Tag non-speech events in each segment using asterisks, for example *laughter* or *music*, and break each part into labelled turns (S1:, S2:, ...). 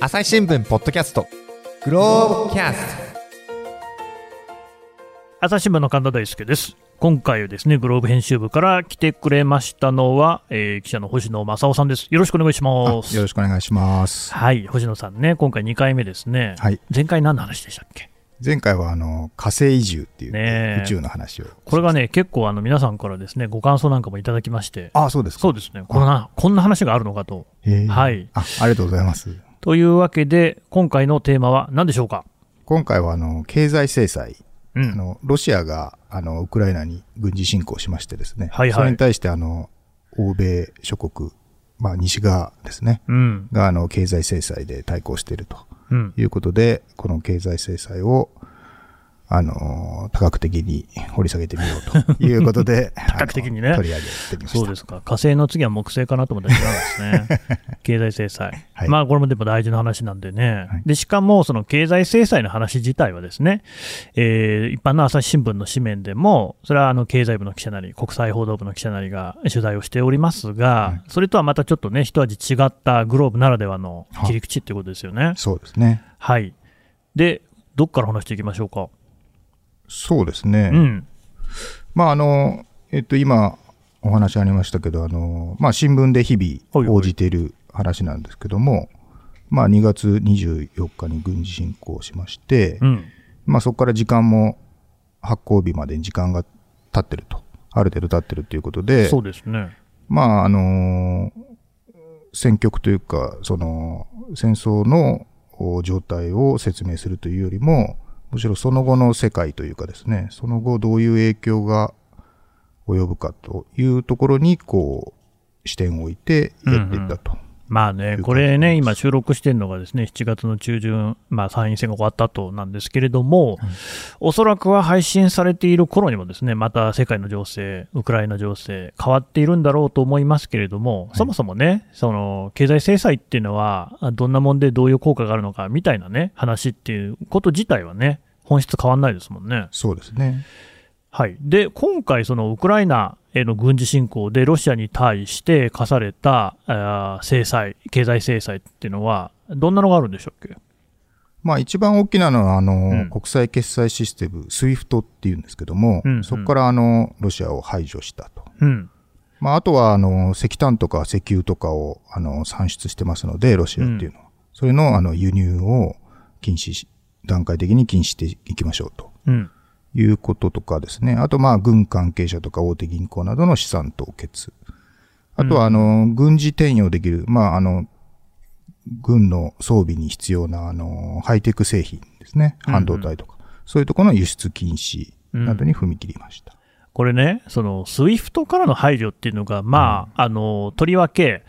S1: 朝日新聞ポッドキャストグローブキャスト
S2: 朝日新聞の神田大輔です。今回はですね、グローブ編集部から来てくれましたのは、えー記者の星野正夫さんです。よろしくお願いし
S3: あ
S2: ま
S3: よ
S2: す。
S3: ろしくお願いします。
S2: はい、星野さんね、今回2回目ですね。
S3: はい。
S2: 前回何の話でしたっけ
S3: 前回は、あの、火星移住っていう、
S2: ねえ
S3: 宇宙の話を。
S2: これがね、結構あの皆さんからですね、ご感想なんかもいただきまして、
S3: あ、そうですか。
S2: そうですね、こんな、こんな話があるのかと。
S3: へえ
S2: はい
S3: あ、ありがとうございます。
S2: というわけで、今回のテーマは何でしょうか
S3: 今回は、あの、経済制裁。
S2: う
S3: あ
S2: ん。
S3: の、ロシアが、あの、ウクライナに軍事侵攻しましてですね。
S2: はいはい
S3: それに対して、あの、欧米諸国、まあ、西側ですね。
S2: うん。
S3: が、あの、経済制裁で対抗していると
S2: うん。
S3: いうことで、この経済制裁を、あの、多角的に掘り下げてみようということ
S2: *laughs*
S3: で、多
S2: 角的にね
S3: 取り上げてみました。
S2: そうですか。火星の次は木星かなと思ったら違うん *laughs* ですね。経済制裁。
S3: はい
S2: まあ、これもでも大事な話なんでね。
S3: はい
S2: で、しかも、その経済制裁の話自体はですね、えー一般の朝日新聞の紙面でも、それはあの経済部の記者なり、国際報道部の記者なりが取材をしておりますが、それとはまたちょっとね、一味違ったグローブならではの切り口っていうことですよね。
S3: そうですね。
S2: はい。で、どっから話していきましょうか。
S3: そうですね。
S2: うん。
S3: まあ、あの、えっと、今、お話ありましたけど、あの、まあ、新聞で日
S2: はい
S3: 々
S2: はい
S3: 報じている話なんですけども、まあ、2月24日に軍事侵攻しまして、
S2: うん。
S3: まあ、そこから時間も、発行日までに時間が経ってると。ある程度経ってるということで、
S2: そうですね。
S3: まあ、あの戦局というか、その、戦争のお状態を説明するというよりも、むしろその後の世界というかですね、その後どういう影響が及ぶかというところに、こう、視点を置いてやっていったと。
S2: まあね、これね、今収録してるのがですね、7月の中旬、まあ参院選が終わった後なんですけれども、おそらくは配信されている頃にもですね、また世界の情勢、ウクライナ情勢、変わっているんだろうと思いますけれども、そもそもね、その、経済制裁っていうのは、あどんなもんでどういう効果があるのかみたいなね、話っていうこと自体はね、本質変わんないですもんね。
S3: そうですね。
S2: はい、で今回、そのウクライナへの軍事侵攻でロシアに対して課されたあー制裁、経済制裁っていうのは、どんなのがあるんでしょうっけ
S3: まあ一番大きなのは、あの、
S2: うん
S3: 国際決済システム、SWIFT っていうんですけども、
S2: うんうん
S3: そこからあの、ロシアを排除したと。
S2: うん
S3: まあ、あとは、あの、石炭とか石油とかを、あの、産出してますので、ロシアっていうのは。それの、あの、輸入を禁止し、段階的に禁止していきましょうと
S2: うん
S3: いうこととかですね。あと、まあ、軍関係者とか大手銀行などの資産凍結。あとは、あの、軍事転用できる、まあ、あの、軍の装備に必要な、あの、ハイテク製品ですね。
S2: うんうん
S3: 半導体とか。そういうところの輸出禁止などに踏み切りました。
S2: これね、そのスイフトからの排除っていうのが、まあ、あのとりわけ、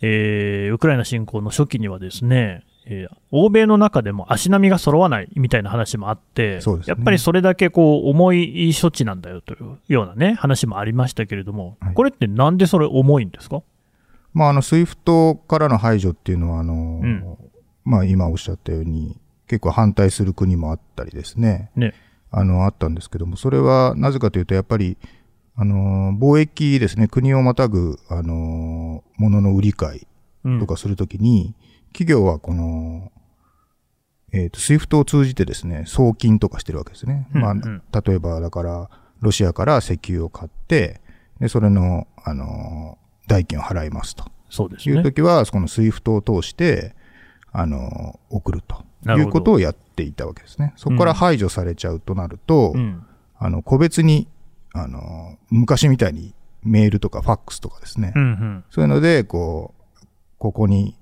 S2: えーウクライナ侵攻の初期にはですね、えー欧米の中でも足並みが揃わないみたいな話もあって、
S3: そうですね
S2: やっぱりそれだけこう重い処置なんだよというようなね、話もありましたけれども、
S3: はい
S2: これってなんでそれ重いんですか
S3: まあ、あの、スイフトからの排除っていうのは、あの、
S2: うん
S3: まあ、今おっしゃったように、結構反対する国もあったりですね、
S2: ね。
S3: あの、あったんですけども、それはなぜかというと、やっぱり、あの、貿易ですね、国をまたぐ、あの、ものの売り買い
S2: うん
S3: とかするときに、企業はこの、えっ、と、スイフトを通じてですね、送金とかしてるわけですね。
S2: うん
S3: ま
S2: うん
S3: あ、例えば、だから、ロシアから石油を買って、で、それの、あの、代金を払いますと。
S2: そうです
S3: いう
S2: ね。
S3: 時は、この SWIFT を通して、あの、送ると
S2: なる
S3: い
S2: ほど
S3: うことをやっていたわけですね。そこから排除されちゃうとなると、
S2: うん、
S3: あの、個別に、あの、昔みたいにメールとかファックスとかですね。
S2: うん、うん。
S3: そういうので、こう、ここに、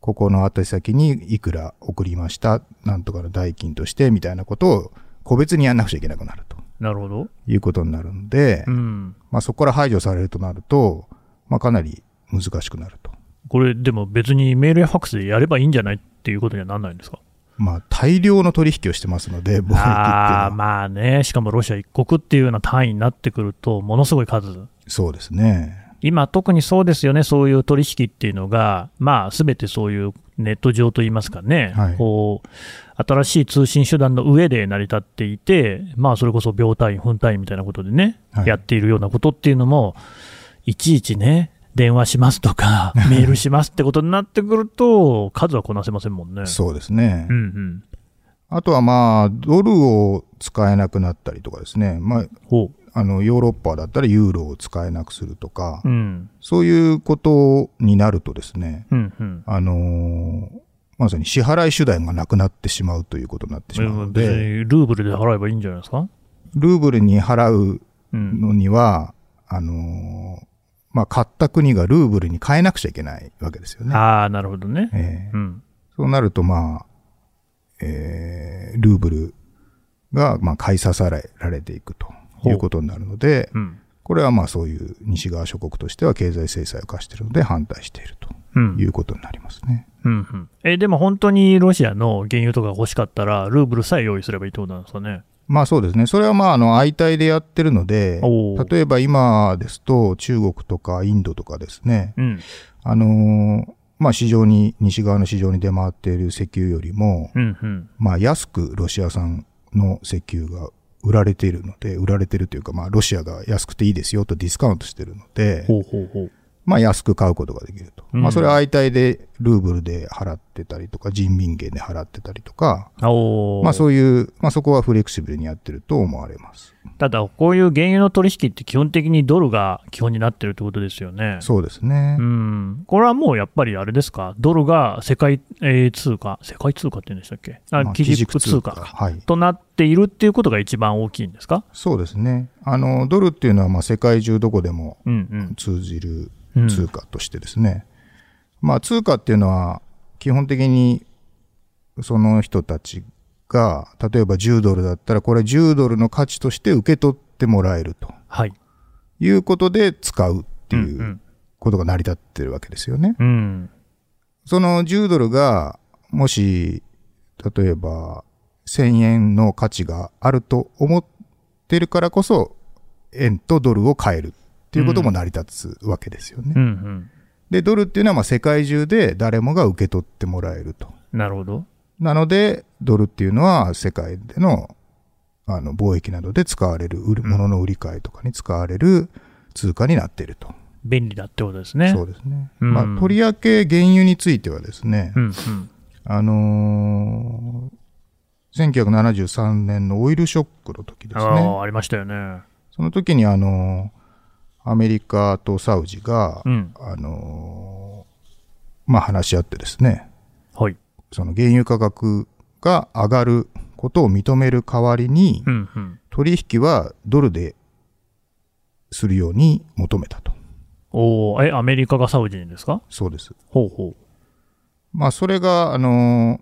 S3: ここの宛先にいくら送りました、なんとかの代金として、みたいなことを個別にやんなくちゃいけなくなると
S2: なるほど。
S3: いうことになるので、
S2: うん。
S3: まあそこから排除されるとなると、まあかなり難しくなると。
S2: これ、でも別にメールやファックスでやればいいんじゃないっていうことにはなんないんですか
S3: まあ、大量の取引をしてますので、貿易っていうの
S2: ああー
S3: は。
S2: まあね、しかもロシア一国っていうような単位になってくると、ものすごい数、
S3: そうですね。
S2: 今、特にそうですよね、そういう取引っていうのが、まあ、すべてそういうネット上といいますかね、
S3: はい
S2: こう新しい通信手段の上で成り立っていて、まあ、それこそ秒単位、分単位みたいなことでね、
S3: はい
S2: やっているようなことっていうのも、いちいちね、電話します
S3: *laughs*
S2: とか、メールしますってことになってくると、数はこなせませんもんね。
S3: そうですね。
S2: うんうん。
S3: あとはまあ、ドルを使えなくなったりとかですね。まあ、
S2: ほ
S3: あの、ヨーロッパだったらユーロを使えなくするとか
S2: う。う、ん。
S3: そういうことになるとですね、
S2: うんうん。
S3: あのーまさに支払い手段がなくなってしまうということになってしまうの
S2: 別に
S3: で、
S2: ルーブルで払えばいいんじゃないですか
S3: ルーブルに払う
S2: うん。
S3: のには、あのーまあ、買った国がルーブルに変えなくちゃいけないわけですよね。
S2: ああ、なるほどね。
S3: ええ
S2: うん。
S3: そうなると、まあ、えールーブルが、まあ、買い支えられていくということになるので、
S2: うん。
S3: これはまあそういう西側諸国としては経済制裁を課しているので反対していると
S2: うん
S3: いうことになりますね。
S2: うんうんえでも本当にロシアの原油とかが欲しかったら、ルーブルさえ用意すればいいってことなんですかね。
S3: まあそうですね。それはまああの相対でやってるので、
S2: おー
S3: 例えば今ですと中国とかインドとかですね、
S2: うん、
S3: あのーまあ市場に、西側の市場に出回っている石油よりも、
S2: うん、うん。
S3: まあ安くロシア産の石油が売られているので、売られてるというかまあロシアが安くていいですよとディスカウントしてるので、
S2: ほうほうほう。
S3: まあ安く買うことができると。
S2: うん
S3: まあそれは相対でルーブルで払ってたりとか、人民元で払ってたりとか、
S2: あおー
S3: まあそういう、まあそこはフレキシブルにやってると思われます。
S2: ただ、こういう原油の取引って基本的にドルが基本になってるってことですよね。
S3: そうですね。
S2: うん、これはもうやっぱりあれですか、ドルが世界、えー通貨、世界通貨って言うんでしたっけ、あ
S3: まあ
S2: 基軸通貨か
S3: はい。
S2: となっているっていうことが一番大きいんですか、
S3: そうですね。あの、ドルっていうのはまあ世界中どこでも
S2: うん
S3: 通じる
S2: うん、
S3: 通貨としてですね。まあ通貨っていうのは基本的にその人たちが、例えば10ドルだったらこれ10ドルの価値として受け取ってもらえると
S2: はい、っ
S3: いうことで使うっていう
S2: うん
S3: ことが成り立ってるわけですよね。
S2: うん、うん
S3: その10ドルが、もし、例えば、1000円の価値があると思ってるからこそ、円とドルを買えるっていうことも成り立つわけですよね。
S2: うんうん、
S3: で、ドルっていうのはまあ世界中で誰もが受け取ってもらえると。
S2: なるほど、
S3: なので、ドルっていうのは世界でのあの貿易などで使われる、売る
S2: うん
S3: ものの売り買いとかに使われる通貨になっていると。
S2: 便利だってことですね。
S3: そうですね。
S2: うん
S3: まあ、とりわけ原油についてはですね、
S2: うんうん
S3: あのー1973年のオイルショックの時です
S2: あ
S3: ね。
S2: あ、ありましたよね。
S3: その時にあのーアメリカとサウジが、
S2: うん。
S3: あのーまあ話し合ってですね、
S2: はい。
S3: その原油価格が上がることを認める代わりに、
S2: うんうん。
S3: 取引はドルでするように求めたと。
S2: おおえ、アメリカがサウジにですか
S3: そうです。
S2: ほうほ
S3: まあ、それが、あのー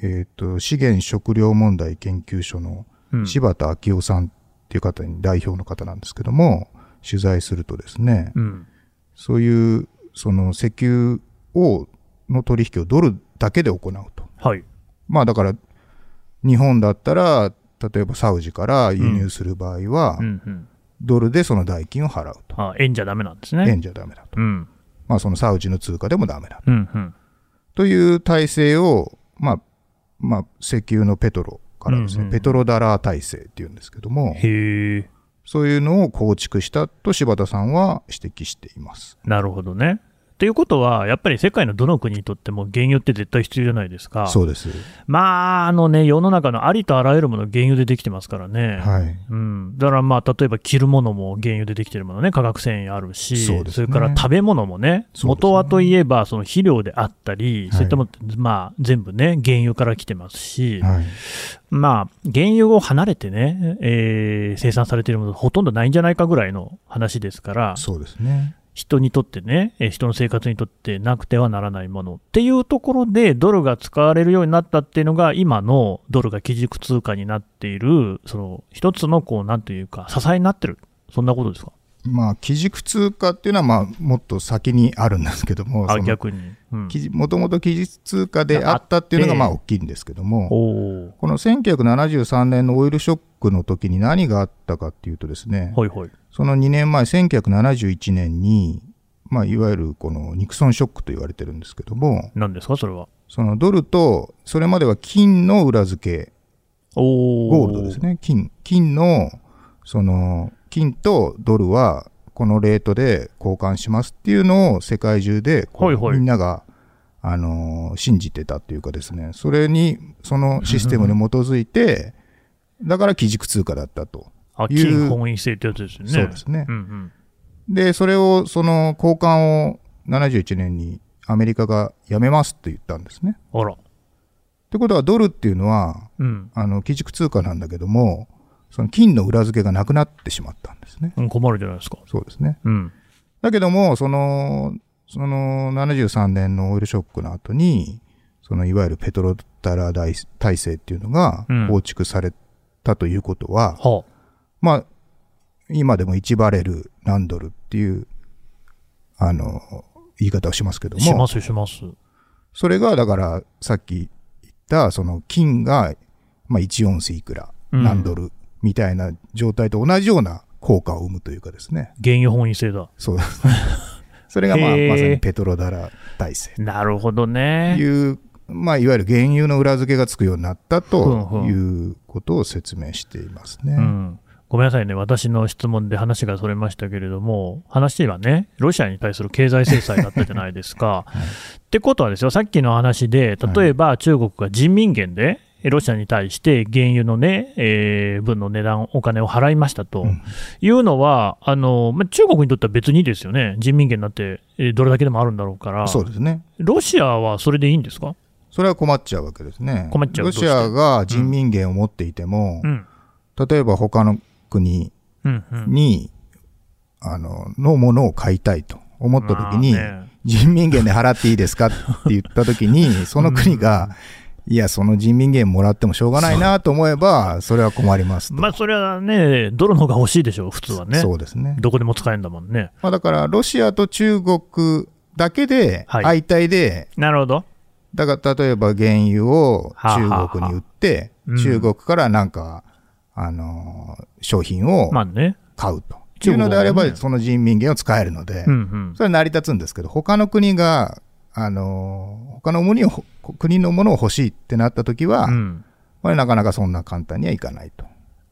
S3: えっ、と、資源食料問題研究所の
S2: う。うん、
S3: 柴田昭夫さんっていう方に代表の方なんですけども、取材するとですね、
S2: うん。
S3: そういう、その石油を、の取引をドルだけで行うと。
S2: はい。
S3: まあだから、日本だったら、例えばサウジから輸入する場合は
S2: うん、うん。
S3: ドルでその代金を払うと。
S2: あ、円じゃダメなんですね。
S3: 円じゃダメだと。
S2: うん。
S3: まあそのサウジの通貨でもダメだ。
S2: うんうん。
S3: という体制を、まあ、まあ石油のペトロからですね、
S2: うんうん
S3: ペトロダラー体制っていうんですけども、
S2: へえ。
S3: そういうのを構築したと柴田さんは指摘しています。
S2: なるほどね。ということは、やっぱり世界のどの国にとっても原油って絶対必要じゃないですか。
S3: そうです。
S2: まあ、あのね、世の中のありとあらゆるもの原油でできてますからね。
S3: はい。
S2: うん、だからまあ例えば着るものも原油でできてるものね、化学繊維あるし、
S3: そ
S2: そう
S3: ですね
S2: れから食べ物もね、
S3: そうですね
S2: 元はといえばその肥料であった
S3: は
S2: り、
S3: い
S2: そういったものって、まあ、全部ね、原油から来てますし、
S3: はい。
S2: まあ、原油を離れてね、えー生産されているもの、ほとんどないんじゃないかぐらいの話ですから、
S3: そうですね。
S2: 人にとってね、えー人の生活にとってなくてはならないものっていうところで、ドルが使われるようになったっていうのが、今のドルが基軸通貨になっている、その一つのこう、なんというか、支えになってる、そんなことですか、
S3: まあ、基軸通貨っていうのは、まあ、もっと先にあるんですけども、
S2: あ
S3: その
S2: 逆に。うん、
S3: 基もともと基軸通貨であったっていうのが、まあ、大きいんですけども、
S2: おー
S3: この1973年のオイルショックの時に何があったかっていうとですね、
S2: ほいほい。
S3: その2年前、1971年に、まあ、いわゆるこのニクソンショックと言われてるんですけども、
S2: なんですか、それは。
S3: そのドルと、それまでは金の裏付け、
S2: お
S3: ゴールドです。ね、金、金の、その、金とドルは、このレートで交換しますっていうのを世界中でこう
S2: はいはい
S3: みんなが、あのー信じてたっていうかですね、それに、そのシステムに基づい
S2: *laughs*
S3: て、だから基軸通貨だったと。
S2: あ、
S3: いう
S2: 金本位制ってやつですよね。
S3: そうですね
S2: うんうん。
S3: で、それを、その交換を71年にアメリカがやめますって言ったんですね。
S2: あら。
S3: ってことはドルっていうのは、
S2: うん。
S3: あの、基軸通貨なんだけども、その金の裏付けがなくなってしまったんですね。
S2: うん困るじゃないですか。
S3: そうですね。
S2: うん。
S3: だけども、その、その73年のオイルショックの後に、そのいわゆるペトロダラ体体制っていうのが
S2: うん
S3: 構築されたということは、
S2: は
S3: まあ、今でも1バレル何ドルっていう、あの、言い方をしますけど
S2: あ。しま
S3: も、
S2: すします。
S3: それがだからさっき言った、その金が、まあ1オンスいくら、
S2: うん
S3: 何ドルみたいな状態と同じような効果を生むというかですね。
S2: 原油本位制だ。
S3: そう *laughs* ですね。それがまあ
S2: へー
S3: まさにペトロダラ体制
S2: なるほど
S3: と
S2: ね。
S3: いう、まあ、いわゆる原油の裏付けがつくようになった
S2: ふん
S3: と
S2: ふん
S3: いうことを説明していますね。
S2: うん。ごめんなさいね。私の質問で話がそれましたけれども、話はね、ロシアに対する経済制裁だったじゃないです
S3: *laughs*
S2: か。ってことはですよ、さっきの話で、例えば中国が人民元で、えロシアに対して原油のね、えー分の値段、お金を払いましたと
S3: ん
S2: いうのは、あのまあ、中国にとっては別にですよね、人民元なんて、えーどれだけでもあるんだろうから、
S3: そうですね。
S2: ロシアはそれでいいんですか、
S3: それは困っちゃうわけですね。
S2: 困っちゃう
S3: ロシアが人民元を持っていても、
S2: うん
S3: 例えば他の国
S2: うんうん、
S3: に、あの、のものを買いたいと思った時に、
S2: まあね
S3: 人民元で払っていいですかって言った時に、
S2: *laughs*
S3: その国が、いや、その人民元もらってもしょうがないなと思えば、それは困りますと。
S2: まあ、それはね、ドルの方が欲しいでしょう、普通はね、
S3: そうですね。
S2: どこでも使えるんだもんね。
S3: まあ、だから、ロシアと中国だけで、
S2: は
S3: 相
S2: い
S3: 対で、
S2: なるほど、
S3: だから例えば原油を中国に売って、
S2: はあはあうん
S3: 中国からなんか、あのー商品を
S2: まあね、
S3: 買うと。いう
S2: 中国は
S3: の
S2: ね
S3: であれば、その人民元を使えるので、
S2: うんうん、
S3: それは成り立つんですけど、他の国が、あのー他のものを、国のものを欲しいってなった時は、
S2: うん、
S3: これなかなかそんな簡単にはいかないと。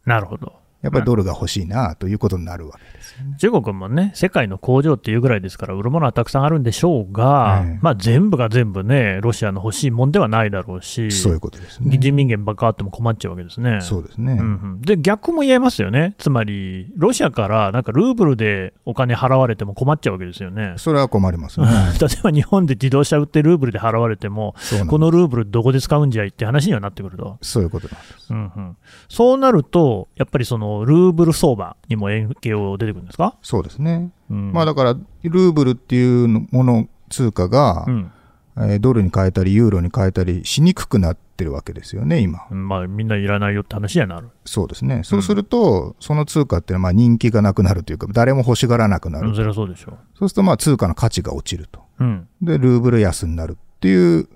S2: なるほど。
S3: やっぱりドルが欲しいなということになるわけですよね。
S2: 中国もね、世界の工場っていうぐらいですから、売るものはたくさんあるんでしょうが、
S3: ええ
S2: まあ、全部が全部ね、ロシアの欲しいもんではないだろうし、
S3: そういうことですね。
S2: 人民元ばっかあっても困っちゃうわけですね。
S3: そうですね。
S2: うんうんで逆も言えますよね、つまり、ロシアからなんかルーブルでお金払われても困っちゃうわけですよね。
S3: それは困りますね。
S2: *laughs* 例えば日本で自動車売ってルーブルで払われても、
S3: そうなんです
S2: このルーブルどこで使うんじゃいって話にはなってくると、
S3: そういうことなんです。
S2: うんうん、そうなると、やっぱりそのルーブル相場にも影響出てくるんですか、
S3: そうですね。
S2: うん
S3: まあだから、ルーブルっていうもの、通貨が、
S2: うん
S3: えードルに変えたり、ユーロに変えたりしにくくなってるわけですよね、今。
S2: まあ、みんないらないよって話になる。
S3: そうですね。そうすると、その通貨っていうのはまあ人気がなくなるというか、誰も欲しがらなくなる。
S2: うんそりゃそうでしょ
S3: そうすると、まあ通貨の価値が落ちると。
S2: う。うん。
S3: で、ルーブル安になるっていう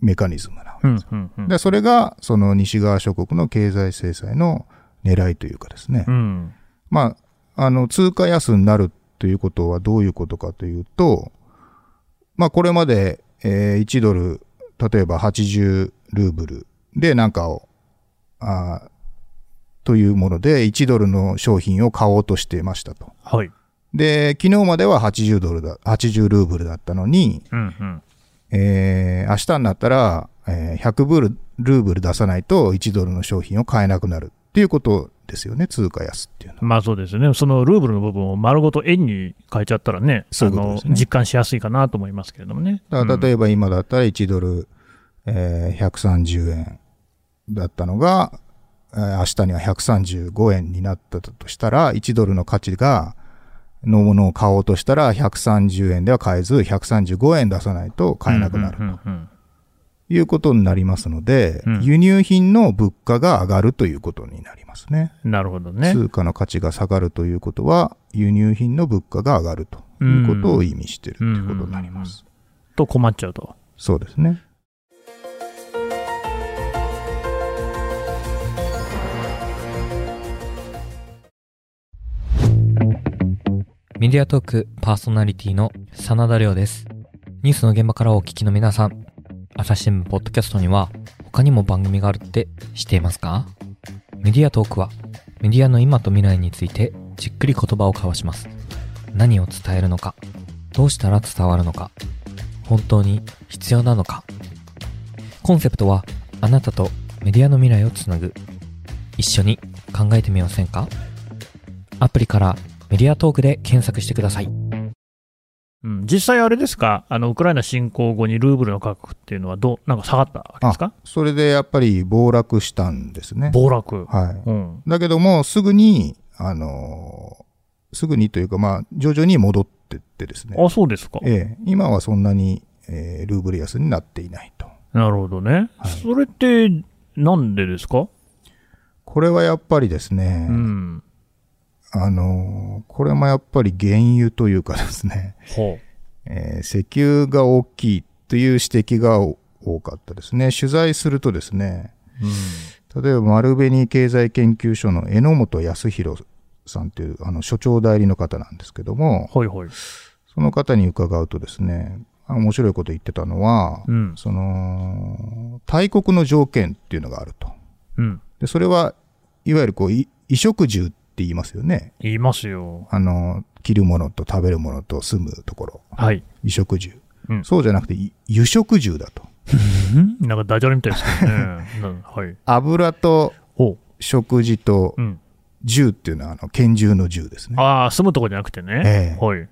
S3: メカニズムなわけ。
S2: うん。うん。うん
S3: で、それが、その西側諸国の経済制裁の狙いというかですね。
S2: うん。
S3: まあ、あの、通貨安になるということはどういうことかというと、まあ、これまで、えー1ドル、例えば80ルーブルでなんかを、あーというもので、1ドルの商品を買おうとしていましたと。
S2: はい。
S3: で、昨日までは80ドルだ、80ルーブルだったのに、
S2: うん。うん。
S3: えー明日になったら、えー100ブル、ルーブル出さないと1ドルの商品を買えなくなるっていうことですよね、通貨安っていうのは
S2: まあそうですね。そのルーブルの部分を丸ごと円に変えちゃったらね、
S3: そういうことですね
S2: あの実感しやすいかなと思いますけれどもね。
S3: だから例えば今だったら1ドル、えー130円だったのが、えー明日には135円になったとしたら、1ドルの価値が、のものを買おうとしたら、130円では買えず、135円出さないと買えなくなる
S2: う。んうん
S3: ということになりますので、
S2: うん
S3: 輸入品の物価が上がるということになりますね。
S2: うんなるほどね。
S3: 通貨の価値が下がるということは、輸入品の物価が上がるということを意味しているということになります。
S2: と困っちゃうと。
S3: そうですね。
S4: メディアトークパーソナリティの真田亮です。ニュースの現場からお聞きの皆さん、朝日新聞ポッドキャストには他にも番組があるって知っていますかメディアトークはメディアの今と未来についてじっくり言葉を交わします。何を伝えるのかどうしたら伝わるのか本当に必要なのかコンセプトはあなたとメディアの未来をつなぐ一緒に考えてみませんかアプリからメディアトークで検索してください
S2: うん、実際あれですか、あのウクライナ侵攻後にルーブルの価格っていうのはどう、なんか下がったわけですか、
S3: それでやっぱり暴落したんですね。
S2: 暴落、
S3: はい。
S2: うん、
S3: だけども、すぐに、あのーすぐにというか、まあ、徐々に戻ってってですね。
S2: あそうですか、
S3: ええ、今はそんなに、えールーブル安になっていないと。
S2: なるほどね、
S3: はい
S2: それってなんでですか、
S3: これはやっぱりですね、
S2: うん、
S3: あのーこれもやっぱり原油というかですね、 *laughs*
S2: ほ
S3: えー石油が大きいという指摘がお多かったですね。取材するとですね、
S2: う、うん、
S3: 例えば丸紅経済研究所の榎本康弘さんというあの所長代理の方なんですけども、
S2: ほいほい、
S3: その方に伺うとですね、あ面白いこと言ってたのは、
S2: うん
S3: その、大国の条件っていうのがあると。
S2: うん、
S3: で、それはいわゆるこう、い衣食住って言いますよね。
S2: 言いますよ、
S3: あの、着るものと食べるものと住むところ。
S2: はい、
S3: 衣食住。
S2: うん
S3: そうじゃなくて、い輸食住だと。
S2: なんかダジャレみたいですけどね、
S3: *laughs*
S2: うんはい、
S3: 油と
S2: ほ
S3: 食事と
S2: う、うん、
S3: 住っていうのは、あの、拳銃の銃ですね。
S2: ああ、住むとこじゃなくてね、
S3: ええ
S2: はい、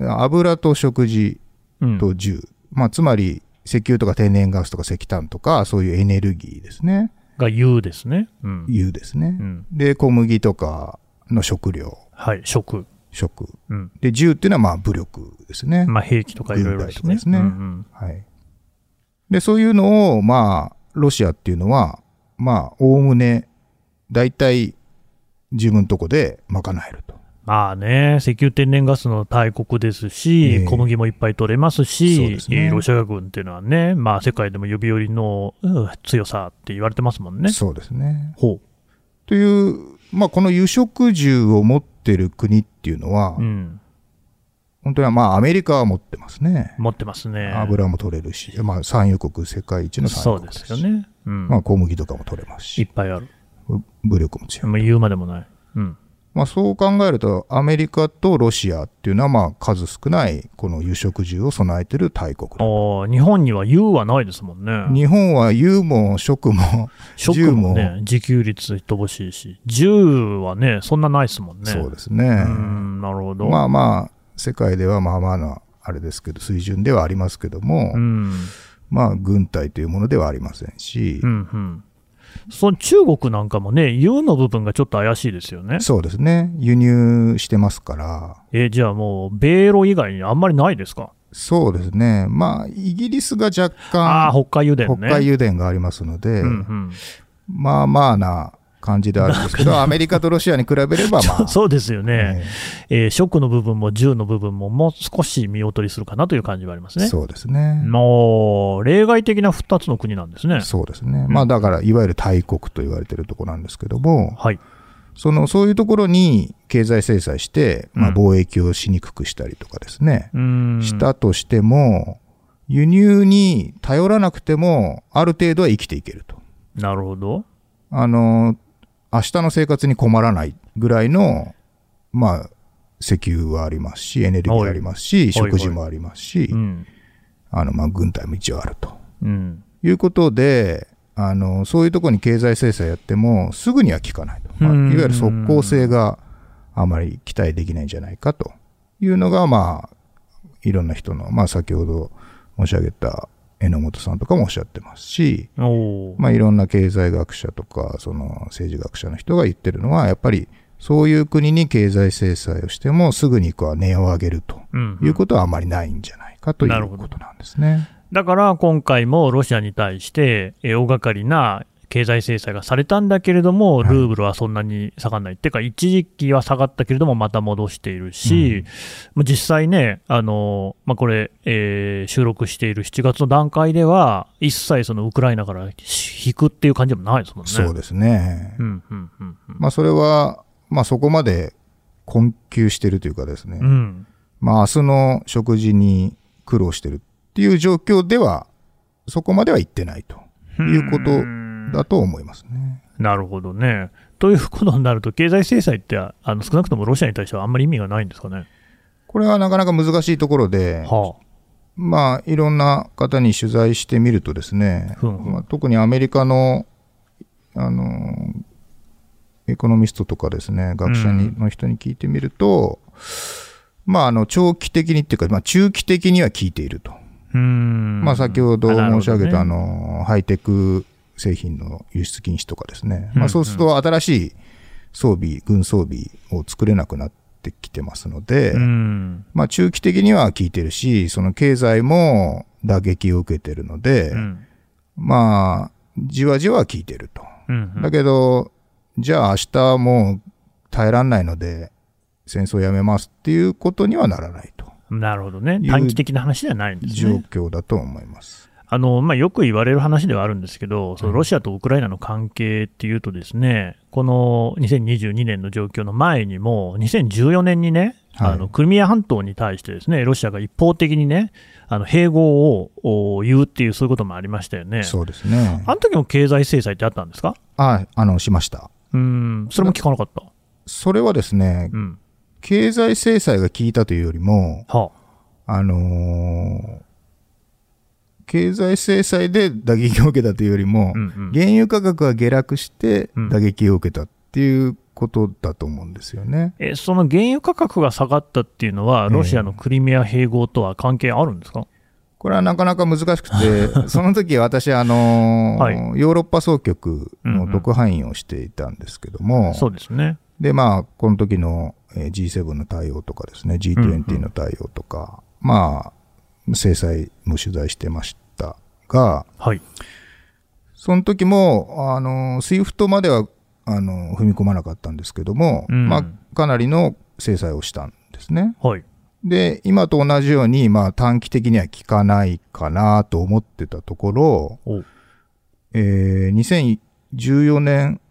S3: 油と食事
S2: うん、
S3: と銃。まあ、つまり、石油とか天然ガスとか石炭とか、そういうエネルギーですね。
S2: が言うですね、うん、
S3: 油ですね。
S2: うん、
S3: で、小麦とかの食料、
S2: はい、食、
S3: 食。
S2: うん、
S3: で、銃っていうのはまあ武力ですね。
S2: まあ、兵器とかいろいろですね
S3: 軍隊とかですね
S2: うんうん
S3: はい。で、そういうのを、まあ、ロシアっていうのは、まあ、おおむね、大体、自分とこで賄えると。
S2: まあね、石油天然ガスの大国です
S3: え
S2: し、
S3: え
S2: 小麦もいっぱい取れます
S3: そう
S2: し
S3: で、すね
S2: えーロシア軍っていうのはね、まあ、世界でも指折りのうん強さって言われてますもんね。
S3: そうですね。
S2: ほ
S3: という、まあ、この輸食銃を持ってる国っていうのは、
S2: う、うん、
S3: 本当にはまあ、アメリカは持ってますね。
S2: 持ってますね。
S3: 油も取れるし、まあ、産油国、世界一の産
S2: そ
S3: 油国
S2: うで
S3: です
S2: す
S3: し
S2: よね。うん、
S3: まあ、小麦とかも取れます
S2: い
S3: し、
S2: っぱいある。
S3: 武力も強い。
S2: もう言うまでもない。うん、
S3: まあ、そう考えると、アメリカとロシアっていうのは、まあ、数少ない、この輸食銃を備えてる大国だ
S2: お日本には言うはないですもんね。
S3: 日本は油も食も、
S2: 食もね、自給率乏しいし、銃はね、そんなないですもんね。
S3: そうです
S2: う
S3: ね。
S2: ん、なるほど。
S3: まあまあ、世界ではまあまあな、あれですけど、水準ではありますけども、
S2: うん
S3: まあ、軍隊というものではありませんし、
S2: うんうん、その中国なんかもね、U の部分がちょっと怪しいですよね。
S3: そうですね。輸入してますから、
S2: えじゃあもう、米ロ以外にあんまりないですか、
S3: そうですね。まあ、イギリスが若
S2: ああ、
S3: 干、
S2: 北海油田
S3: 北
S2: ね。
S3: 海油田がありますので、
S2: うん
S3: まあまあな感じであるんですけど、アメリカとロシアに比べれば、ま
S2: うん、
S3: あ、
S2: *laughs* そうですよね、
S3: え
S2: えー、食の部分も銃の部分も、もう少し見劣りするかなという感じはあります
S3: え
S2: ね。
S3: そうですね。
S2: もう、例外的な2つの国なんですね。
S3: そうですね。まあだから、いわゆる大国と言われてるとこなんですけども、
S2: はい、
S3: その、そういうところに経済制裁して、まあ
S2: うん
S3: 貿易をしにくくしたりとかですね、
S2: うーん
S3: したとしても、輸入に頼らなくても、ある程度は生きていけると。
S2: なるほど、
S3: あの、明日の生活に困らないぐらいの、まあ、石油はありますし、エネルギーはありますし、
S2: はい
S3: 食事もありますし
S2: う、ん
S3: あの、まあ、軍隊も一応あると。
S2: うん、
S3: いうことで、あの、そういうところに経済制裁やっても、すぐには効かないと。まあ
S2: うん
S3: いわゆる即効性があまり期待できないんじゃないかというのが、まあ、いろんな人の、まあ、先ほど申し上げた榎本さんとかもおっしゃってますし、
S2: おー
S3: まあ、いろんな経済学者とか、その政治学者の人が言ってるのは、やっぱりそういう国に経済制裁をしても、すぐにこう値を上げると
S2: うん
S3: いうことはあまりないんじゃないかとい
S2: なる
S3: う
S2: ほど
S3: ことなんですね。
S2: だから今回もロシアに対して、えー大掛かりな経済制裁がされたんだけれども、
S3: はい
S2: ルーブルはそんなに下がらない、っていうか、一時期は下がったけれども、また戻しているし、まあ実際ね、あのまあ、これ、えー収録している7月の段階では、一切そのウクライナから引くっていう感じでもないですもんね。
S3: そうですね。
S2: うんうんうんうん
S3: まあ、それは、まあ、そこまで困窮してるというかですね、
S2: うん
S3: まあ、明日の食事に苦労してるっていう状況では、そこまでは行ってないということだと思いますね。
S2: なるほどね。ということになると、経済制裁ってあの少なくともロシアに対してはあんまり意味がないんですかね。
S3: これはなかなか難しいところで、
S2: は
S3: まあ、いろんな方に取材してみるとですね、
S2: ふんふん
S3: まあ、特にアメリカの、あのー、エコノミストとかですね、学者に、
S2: うん
S3: の人に聞いてみると、まあ、あの、長期的にっていうか、まあ、中期的には効いていると。
S2: あ。うーん。
S3: まあ、先ほど
S2: あなるほ
S3: 申し
S2: ど
S3: 上げた、あ
S2: ね
S3: の、ハイテク製品の輸出禁止とかですね。
S2: うんう
S3: ま
S2: ん
S3: あ、そうすると、新しい装備、軍装備を作れなくなってきてますので、
S2: うん。
S3: まあ、中期的には効いてるし、その経済も打撃を受けてるので、
S2: うん。
S3: まあ、じわじわ効いてると。
S2: うん。
S3: だけど、じゃあ明日もう耐えらんないので、戦争やめますっていうことにはならないと。
S2: なるほどね。
S3: いう
S2: 短期的な話ではないんです
S3: 状
S2: ね。
S3: 況だと思います。
S2: あの、まあ、よく言われる話ではあるんですけど、その
S4: うん
S2: ロシアとウクライナの関係っていうとですね、この2022年の状況の前にも、2014年にね、
S3: はい
S2: あのクリミア半島に対してですね、ロシアが一方的にね、あの併合をお言うっていう、そういうこともありましたよね。
S3: そうですね
S2: あ。の時も経済制裁ってあったんですか
S3: あ、あの、しました。
S2: うん、それも聞かなかった。
S3: それはですね
S2: う、ん。
S3: 経済制裁が効いたというよりも、
S2: は
S3: あのー経済制裁で打撃を受けたというよりも
S2: あ。、うんうん。
S3: 原油価格が下落して
S2: うん
S3: 打撃を受けたっていうことだと思うんですよね。
S2: え、その原油価格が下がったっていうのは、ロシアのクリミア併合とは関係あるんですか、
S3: これはなかなか難しく
S2: *laughs*
S3: て、その時私、あのー
S2: は
S3: ヨーロッパ総局
S2: うんう
S3: の
S2: ん
S3: 特派員をしていたんですけども、
S2: そうですね。
S3: で、まあ、この時のえー G7 の対応とかですね、G20 の対応とか、まあ、制裁も取材してましたが、
S2: はい。
S3: その時も、あの、スイフトまでは、あの、踏み込まなかったんですけども、
S2: うん
S3: まあ、かなりの制裁をしたんですね。
S2: はい。
S3: で、今と同じように、まあ、短期的には効かないかなと思ってたところ、
S2: お
S3: えー2014年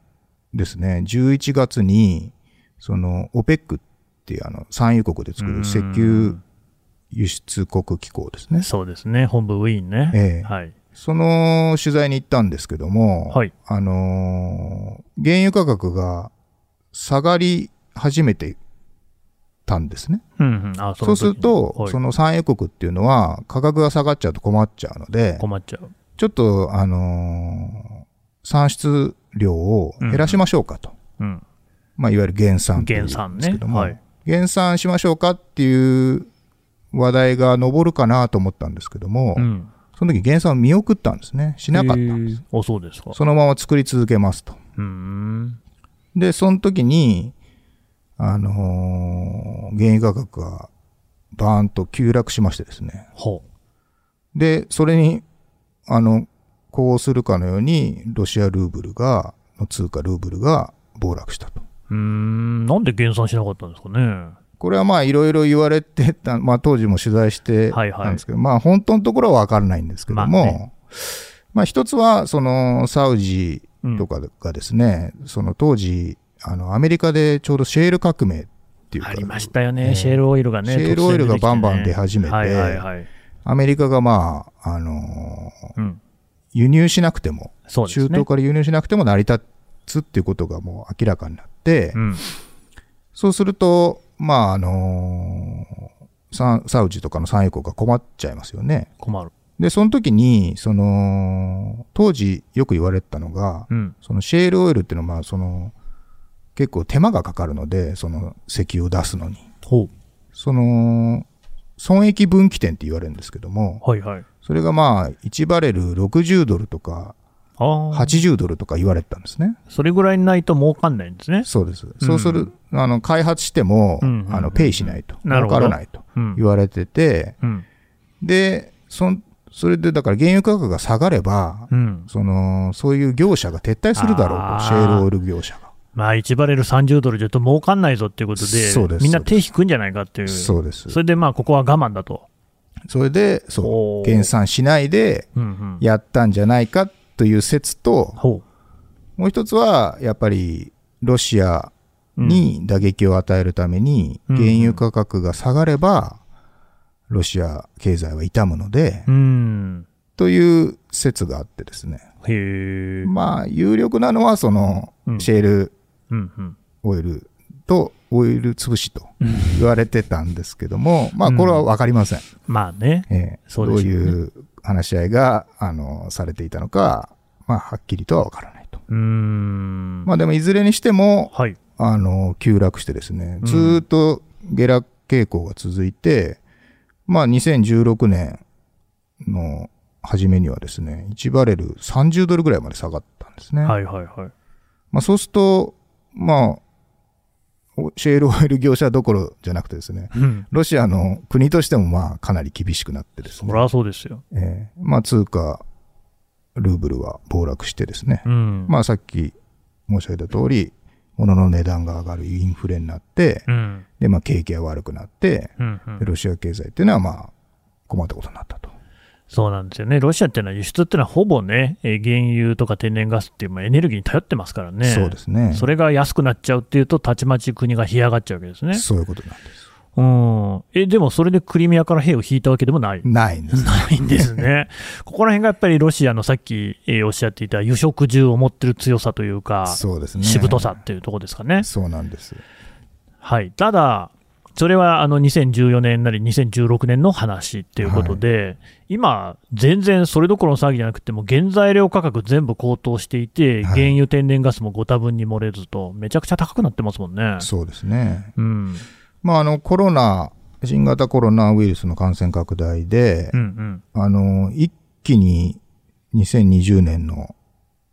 S3: ですね、11月に、その、OPEC っていう、あの、産油国で作る石油輸出国機構ですね。
S2: そうですね。本部ウィーンね。
S3: ええ
S2: はい。
S3: その取材に行ったんですけども、
S2: はい
S3: あのー原油価格が下がり始めてたんですね。
S2: うんうん。あ、
S3: そ
S2: の
S3: う
S2: 時
S3: すると、
S2: はい
S3: その産油国っていうのは価格が下がっちゃうと困っちゃうので、
S2: 困っちゃう。
S3: ちょっと、あのー産出量を減らしましょうかと。
S2: うん。
S3: まあ、いわゆる減産っていうん
S2: 減
S3: です
S2: 産
S3: け
S2: ね。
S3: ども、
S2: はい。
S3: 減産しましょうかっていう話題が上るかなと思ったんですけども、
S2: うん。
S3: その時減産を見送ったんですね。しなかったんです。
S2: お、そうですか。
S3: そのまま作り続けますと。
S2: うーん。
S3: で、その時に、あのー原油価格がバーンと急落しましてですね。
S2: ほ
S3: で、それに、あの、こうするかのように、ロシアルーブルが、の通貨ルーブルが暴落したと。
S2: う。うーん。なんで減産しなかったんですかね。
S3: これはまあいろいろ言われてた、 *laughs* まあ当時も取材して
S2: はいはい
S3: たんですけど、まあ本当のところはわからないんですけども、
S2: ま
S3: ま
S2: あ
S3: あ、
S2: ね
S3: 一つは、そのサウジ
S2: うん。
S3: とかがですね、その当時、あの、アメリカでちょうどシェール革命っていうか、
S2: ありましたよ
S3: え
S2: ね。
S3: え
S2: シェールオイルがね。
S3: シェールオイルが
S2: 突然出てきてね
S3: バンバン出始めて
S2: はいはいはい。
S3: アメリカがまあ、あのー
S2: うん。
S3: 輸入しなくても、
S2: そうです
S3: 中
S2: ね。
S3: 東から輸入しなくても成り立つっていうことがもう明らかになって、
S2: うん。
S3: そうすると、まあ、あのーサンサウジとかの産油国が困っちゃいますよね。
S2: 困る。
S3: で、その時に、その、当時よく言われてたのが、
S2: うん。
S3: そのシェールオイルっていうのは、まあ、その、結構手間がかかるので、その石油を出すのに。
S2: ほ
S3: その、損益分岐点って言われるんですけども、
S2: う。はいはい。
S3: それがまあ、1バレル60ドルとか、
S2: ああ。
S3: 80ドルとか言われてたんですね。
S2: それぐらいないと儲かんないんですね。
S3: そうです。そうする、あの、開発しても、
S2: うんうんうん
S3: あの、ペイしないと。
S2: なる
S3: わ
S2: ほど
S3: からないと
S2: うん
S3: 言。われてて、
S2: うん。
S3: で、そん、それでだから原油価格が下がれば、
S2: うん。
S3: その、そういう業者が撤退するだろう
S2: あー
S3: と、シェールオイル業者が。
S2: まあ、1バレル30ドルじゃと儲かんないぞっていうことで、
S3: そうです
S2: みんな手引くんじゃないかっていう。
S3: そうです。
S2: それでまあ、ここは我慢だと。
S3: それで、そ
S2: おー
S3: う、減産しないで
S2: うんうん。
S3: やったんじゃないかという説と、
S2: ほ
S3: もう一つは、やっぱり、ロシアに打撃を与えるために、
S2: うん
S3: 原油価格が下がれば、ロシア経済は痛むので
S2: う。、うん。
S3: という説があってですね。
S2: へえ。
S3: まあ、有力なのは、その
S2: う、ん
S3: シェール
S2: うんうん。
S3: オイルとオイル潰しと言われてたんですけども、まあこれはわかりません。
S2: まあね。
S3: ええ
S2: そう
S3: ど
S2: で
S3: う
S2: すよね
S3: いう話し合いが、あの、されていたのか、まあはっきりとはわからないと。
S2: うーん。
S3: まあでもいずれにしても、
S2: はい。
S3: あの、急落してですね、
S2: うん
S3: ずーっと下落傾向が続いて、まあ2016年の初めにはですね、1バレル30ドルぐらいまで下がったんですね。
S2: はいはいはい。
S3: まあそうすると、まあ、おシェールオイル業者どころじゃなくてですね、
S2: うん。
S3: ロシアの国としてもまあかなり厳しくなってです
S2: そり
S3: ね、
S2: ゃそうですよ。
S3: ええまあ通貨、ルーブルは暴落してですね、
S2: うん。
S3: まあさっき申し上げた通り、物の値段が上がるインフレになって、
S2: うん。
S3: で、まあ、景気が悪くなって、
S2: うんうん
S3: でロシア経済っていうのは、まあ、困ったことになったと。
S2: そうなんですよね。ロシアっていうのは輸出っていうのはほぼね、えー原油とか天然ガスっていうまあエネルギーに頼ってますからね。
S3: そうですね。
S2: それが安くなっちゃうっていうと、たちまち国が干上がっちゃうわけですね。
S3: そういうことなんです。
S2: うん。え、でもそれでクリミアから兵を引いたわけでもない。
S3: ないんです。
S2: ないんですね。 *laughs* ここら辺がやっぱりロシアのさっき、えーおっしゃっていた、油食銃を持ってる強さというか、
S3: そうですね。
S2: しぶとさ。っていうところですかね。
S3: そうなんです。
S2: はい、ただ、それはあの2014年なり2016年の話っていうことで、今、全然それどころの騒ぎじゃなくて、もう原材料価格全部高騰していて、
S3: はい
S2: 原油、天然ガスもご多分に漏れずと、めちゃくちゃ高くなってますもんね。
S3: そうですね。
S2: うん、
S3: まあ、あの、コロナ、新型コロナウイルスの感染拡大で
S2: うん、う、ん、
S3: あの、一気に2020年の、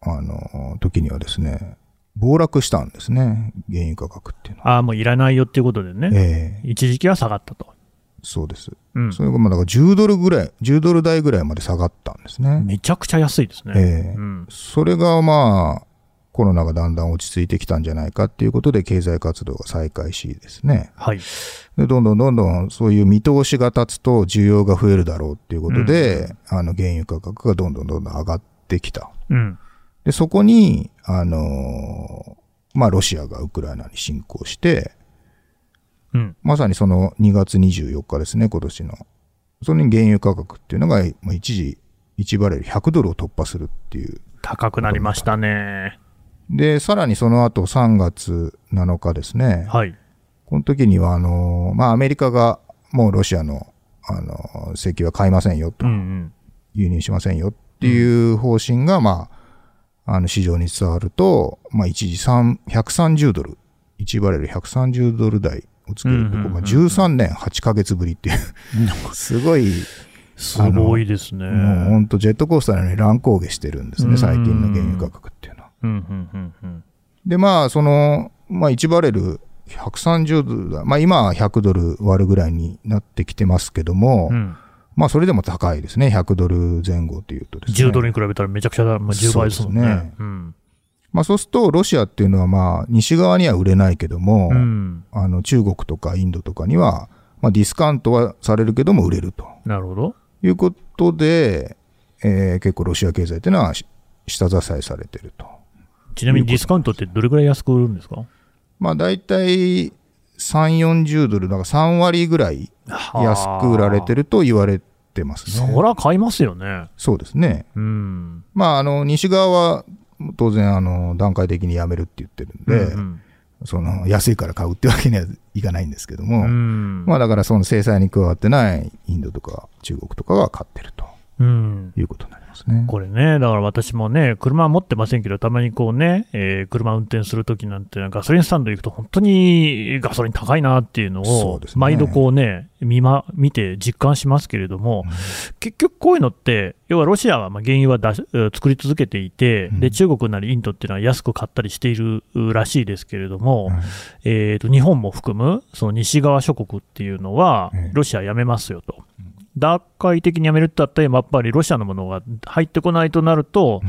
S3: あの、時にはですね、暴落したんですね。原油価格っていうのは。
S2: ああ、もういらないよっていうことでね、
S3: ええ
S2: 一時期は下がったと。
S3: そうです。
S2: うん
S3: それがまあだから10ドルぐらい、10ドル台ぐらいまで下がったんですね。
S2: めちゃくちゃ安いですね。
S3: ええ
S2: うん
S3: それがまあ、コロナがだんだん落ち着いてきたんじゃないかっていうことで経済活動が再開しですね。
S2: はい、
S3: で、どんどんどんどんそういう見通しが立つと需要が増えるだろうっていうことで、あの原油価格がどんどんどんどん上がってきた。
S2: うん、
S3: で、そこに、あのーまあロシアがウクライナに侵攻して、
S2: うん、
S3: まさにその2月24日ですね、今年の。それに原油価格っていうのが、まあ一時1バレル100ドルを突破するっていう。
S2: 高くなりましたね。
S3: で、さらにその後3月7日ですね。
S2: はい、
S3: この時には、あのー、まあ、アメリカがもうロシアの、あのー、石油は買いませんよと
S2: う、ん、うん、
S3: 輸入しませんよっていう方針が、まあ、あの、市場に伝わると、まあ、一時3 130ドル、1バレル130ドル台をつけると、
S2: うんうんうんうん
S3: まあ、13年8ヶ月ぶりっていう、 *laughs* すごい、
S2: すごいですね。
S3: もうほんとジェットコースターのように乱高下してるんです
S2: うん
S3: ね、最近の原油価格っていうのは。
S2: うん、うん、うん、うん。
S3: で、まあ、その、まあ、1バレル130ドルだ、まあ、今は100ドル割るぐらいになってきてますけども、
S2: うん
S3: まあ、それでも高いですね、100ドル前後というとですね。
S2: 10ドルに比べたらめちゃくちゃだ、まあ、10倍ですもんね。
S3: そううですね
S2: ん
S3: まあ、そうすると、ロシアっていうのは、まあ、西側には売れないけども、
S2: うん。
S3: あの、中国とかインドとかには、まあ、ディスカウントはされるけども売れると
S2: なるほど。
S3: いうことで、えー結構ロシア経済っていうのはし下支えされてると。
S2: ちなみにディスカウントってどれぐらい安く売るんですか
S3: まあ、大体、3、40ドル、だから3割ぐらい安く売られて
S2: る。
S3: ると言われてますね。
S2: そら買いますよね。
S3: そうですね。
S2: うん。
S3: まあ、あの、西側は、当然、あの、段階的にやめるって言ってるんで、
S2: うん
S3: その、安いから買うってわけにはいかないんですけど
S2: う
S3: も、
S2: ん。
S3: まあ、だから、その制裁に加わってないインドとか中国とかが買ってると
S2: うん。
S3: いうことになりますね。
S2: これね、だから私もね、車持ってませんけど、たまにこうね、えー車運転するときなんて、ガソリンスタンド行くと、本当にガソリン高いなっていうの
S3: そ
S2: を
S3: うで、すね
S2: 毎度こうね、見ま、見て実感しますけれども、結局こういうのって、要はロシアはまあ原油は出しうん作り続けていて、
S3: うん
S2: で中国なりインドっていうのは安く買ったりしているうらしいですけれども、
S3: はい
S2: えー、と日本も含むその西側諸国っていうのは
S3: ええ、
S2: ロシアやめますよと。段階的にやめるってなったら、やっぱりロシアのものが入ってこないとなると、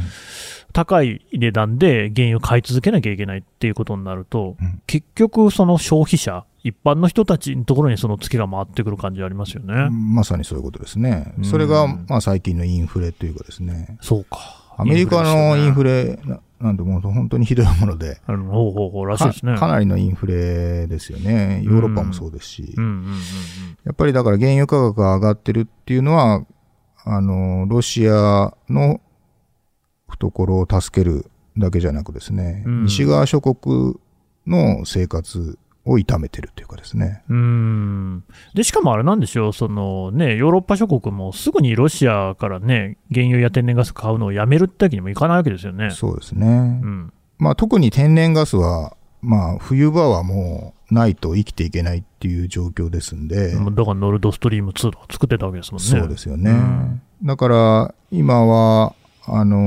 S2: 高い値段で原油を買い続けなきゃいけないっていうことになると、
S3: うん
S2: 結局、その消費者、一般の人たちのところにその月が回ってくる感じありますよね。
S3: まさにそういうことですね。それが、まあ、最近のインフレというかですね、
S2: そうか。
S3: アメリカのインフ
S2: レ。
S3: レななんてもう本当にひどいもので、
S2: あのほうほうほうらしいですね。
S3: かかなりのインフレですよね。ヨーロッパもそうですし、
S2: うんうんうんうん。
S3: やっぱりだから原油価格が上がってるっていうのは、あの、ロシアの懐を助けるだけじゃなくですね、
S2: うん
S3: 西側諸国の生活を痛めてるというかですね。
S2: うんでしかもあれなんでしょうその、ね、ヨーロッパ諸国もすぐにロシアから、ね、原油や天然ガス買うのをやめるってわけにもいかないわけですよね。
S3: そうですね
S2: う。ん
S3: まあ特に天然ガスは、まあ冬場はもうないと生きていけないっていう状況ですんで、
S2: もうだからノルドストリーム2とか作ってたわけですもんね。
S3: そうですよね。
S2: うん
S3: だから、今は、あの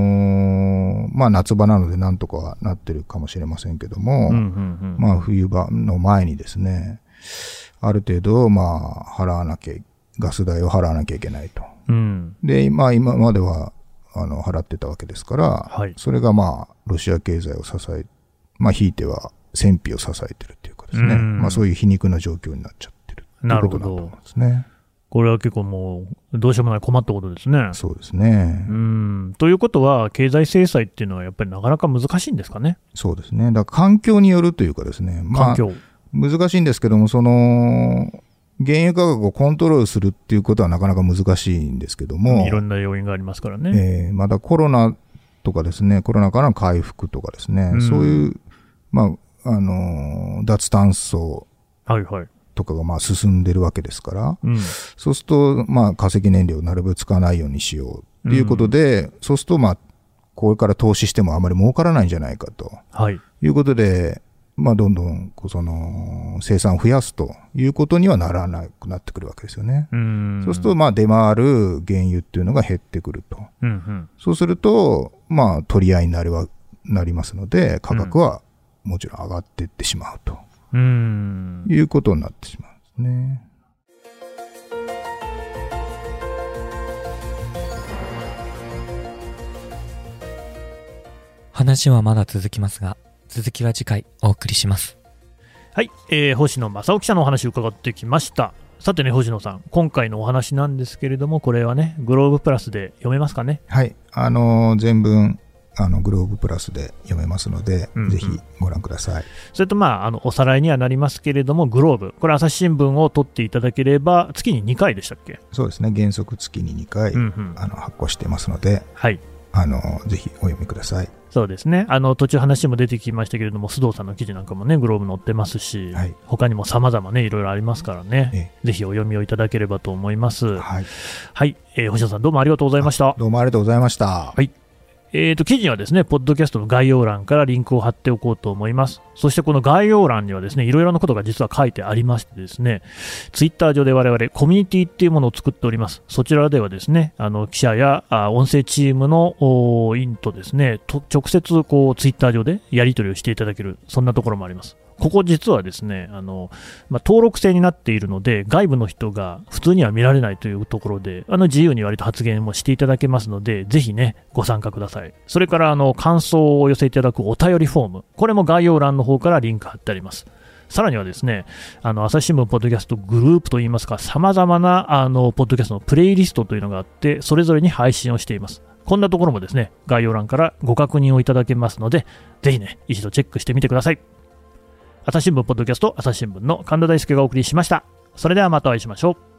S3: ーまあ夏場なのでなんとかはなってるかもしれませんけども、
S2: うんうんうん
S3: まあ冬場の前にですね、ある程度、まあ払わなきゃ、ガス代を払わなきゃいけないと。
S2: うん
S3: で、まあ今までは、あの、払ってたわけですから、
S2: はい
S3: それがまあ、ロシア経済を支え、まあ、ひいては戦費を支えてるっていうかですね、
S2: うん
S3: まあそういう皮肉な状況になっちゃってる
S2: なる
S3: とい
S2: ほど
S3: うことなんだと思うんですね。
S2: これは結構もう、どうしようもない困ったことですね。
S3: そうですね。
S2: うんということは、経済制裁っていうのはやっぱりなかなか難しいんですかね、
S3: そうですね。だから環境によるというかですね、ま
S2: 環
S3: あ、
S2: 境。
S3: 難しいんですけども、その、原油価格をコントロールするっていうことはなかなか難しいんですけども、
S2: いろんな要因がありますからね。
S3: えーまだコロナとかですね、コロナからの回復とかですね、
S2: うん
S3: そういう、まあ、あのー脱炭素
S2: はいはい。
S3: とかがまあ進んでるわけですから、
S2: うん。
S3: そうすると、まあ、化石燃料をなるべく使わないようにしようっていうことで、そうすると、まあ、これから投資してもあまり儲からないんじゃないかと
S2: はい。
S3: いうことで、まあ、どんどん、こうその、生産を増やすということにはならなくなってくるわけですよね。
S2: うん。
S3: そうすると、、まあ、出回る原油っていうのが減ってくると。
S2: うんうん。
S3: そうすると、まあ、取り合いになるわ、なりますので、価格はもちろん上がっていってしまうと
S2: うん。
S3: いうことになってしまうんですね。
S4: 話はまだ続きますが、続きは次回お送りします。
S2: はい、えー星野正夫記者のお話を伺ってきました。さてね、星野さん、今回のお話なんですけれども、これはね、グローブプラスで読めますかね。
S3: はい。あのー、全文、あの、グローブプラスで読めますので、
S2: うんうん
S3: ぜひご覧ください。
S2: それと、まあ、あのおさらいにはなりますけれども、グローブ、これ、朝日新聞を取っていただければ、月に2回でしたっけ、
S3: そうですね。原則月に2回、
S2: うんうん。
S3: あの、発行してますので、
S2: はい、
S3: あのー、ぜひお読みください。
S2: そうですね、あの途中話も出てきましたけれども、須藤さんの記事なんかもね、グローブ載ってますし、
S3: はい
S2: 他にも様々ね、いろいろありますからね、ぜひお読みをいただければと思います。は
S3: はい。
S2: い、えー星野さん、どうもありがとうございました。
S3: どうもありがとうございました。
S2: いえー、と記事にはですね、ポッドキャストの概要欄からリンクを貼っておこうと思います。そしてこの概要欄にはですね、いろいろなことが実は書いてありましてですね、ツイッター上で我々コミュニティっていうものを作っております。そちらではですね、あの記者やあ音声チームのおー委員とですね、と直接こうツイッター上でやり取りをしていただける、そんなところもあります。ここ実はですね、あの、まあ、登録制になっているので、外部の人が普通には見られないというところで、あの自由に割と発言もしていただけますので、ぜひね、ご参加ください。それから、あの、感想をお寄せいただくお便りフォーム、これも概要欄の方からリンク貼ってあります。さらにはですね、あの、朝日新聞ポッドキャストグループといいますか、様々な、あの、ポッドキャストのプレイリストというのがあって、それぞれに配信をしています。こんなところもですね、概要欄からご確認をいただけますので、ぜひね、一度チェックしてみてください。朝日新聞ポッドキャスト朝日新聞の神田大輔がお送りしましたそれではまたお会いしましょう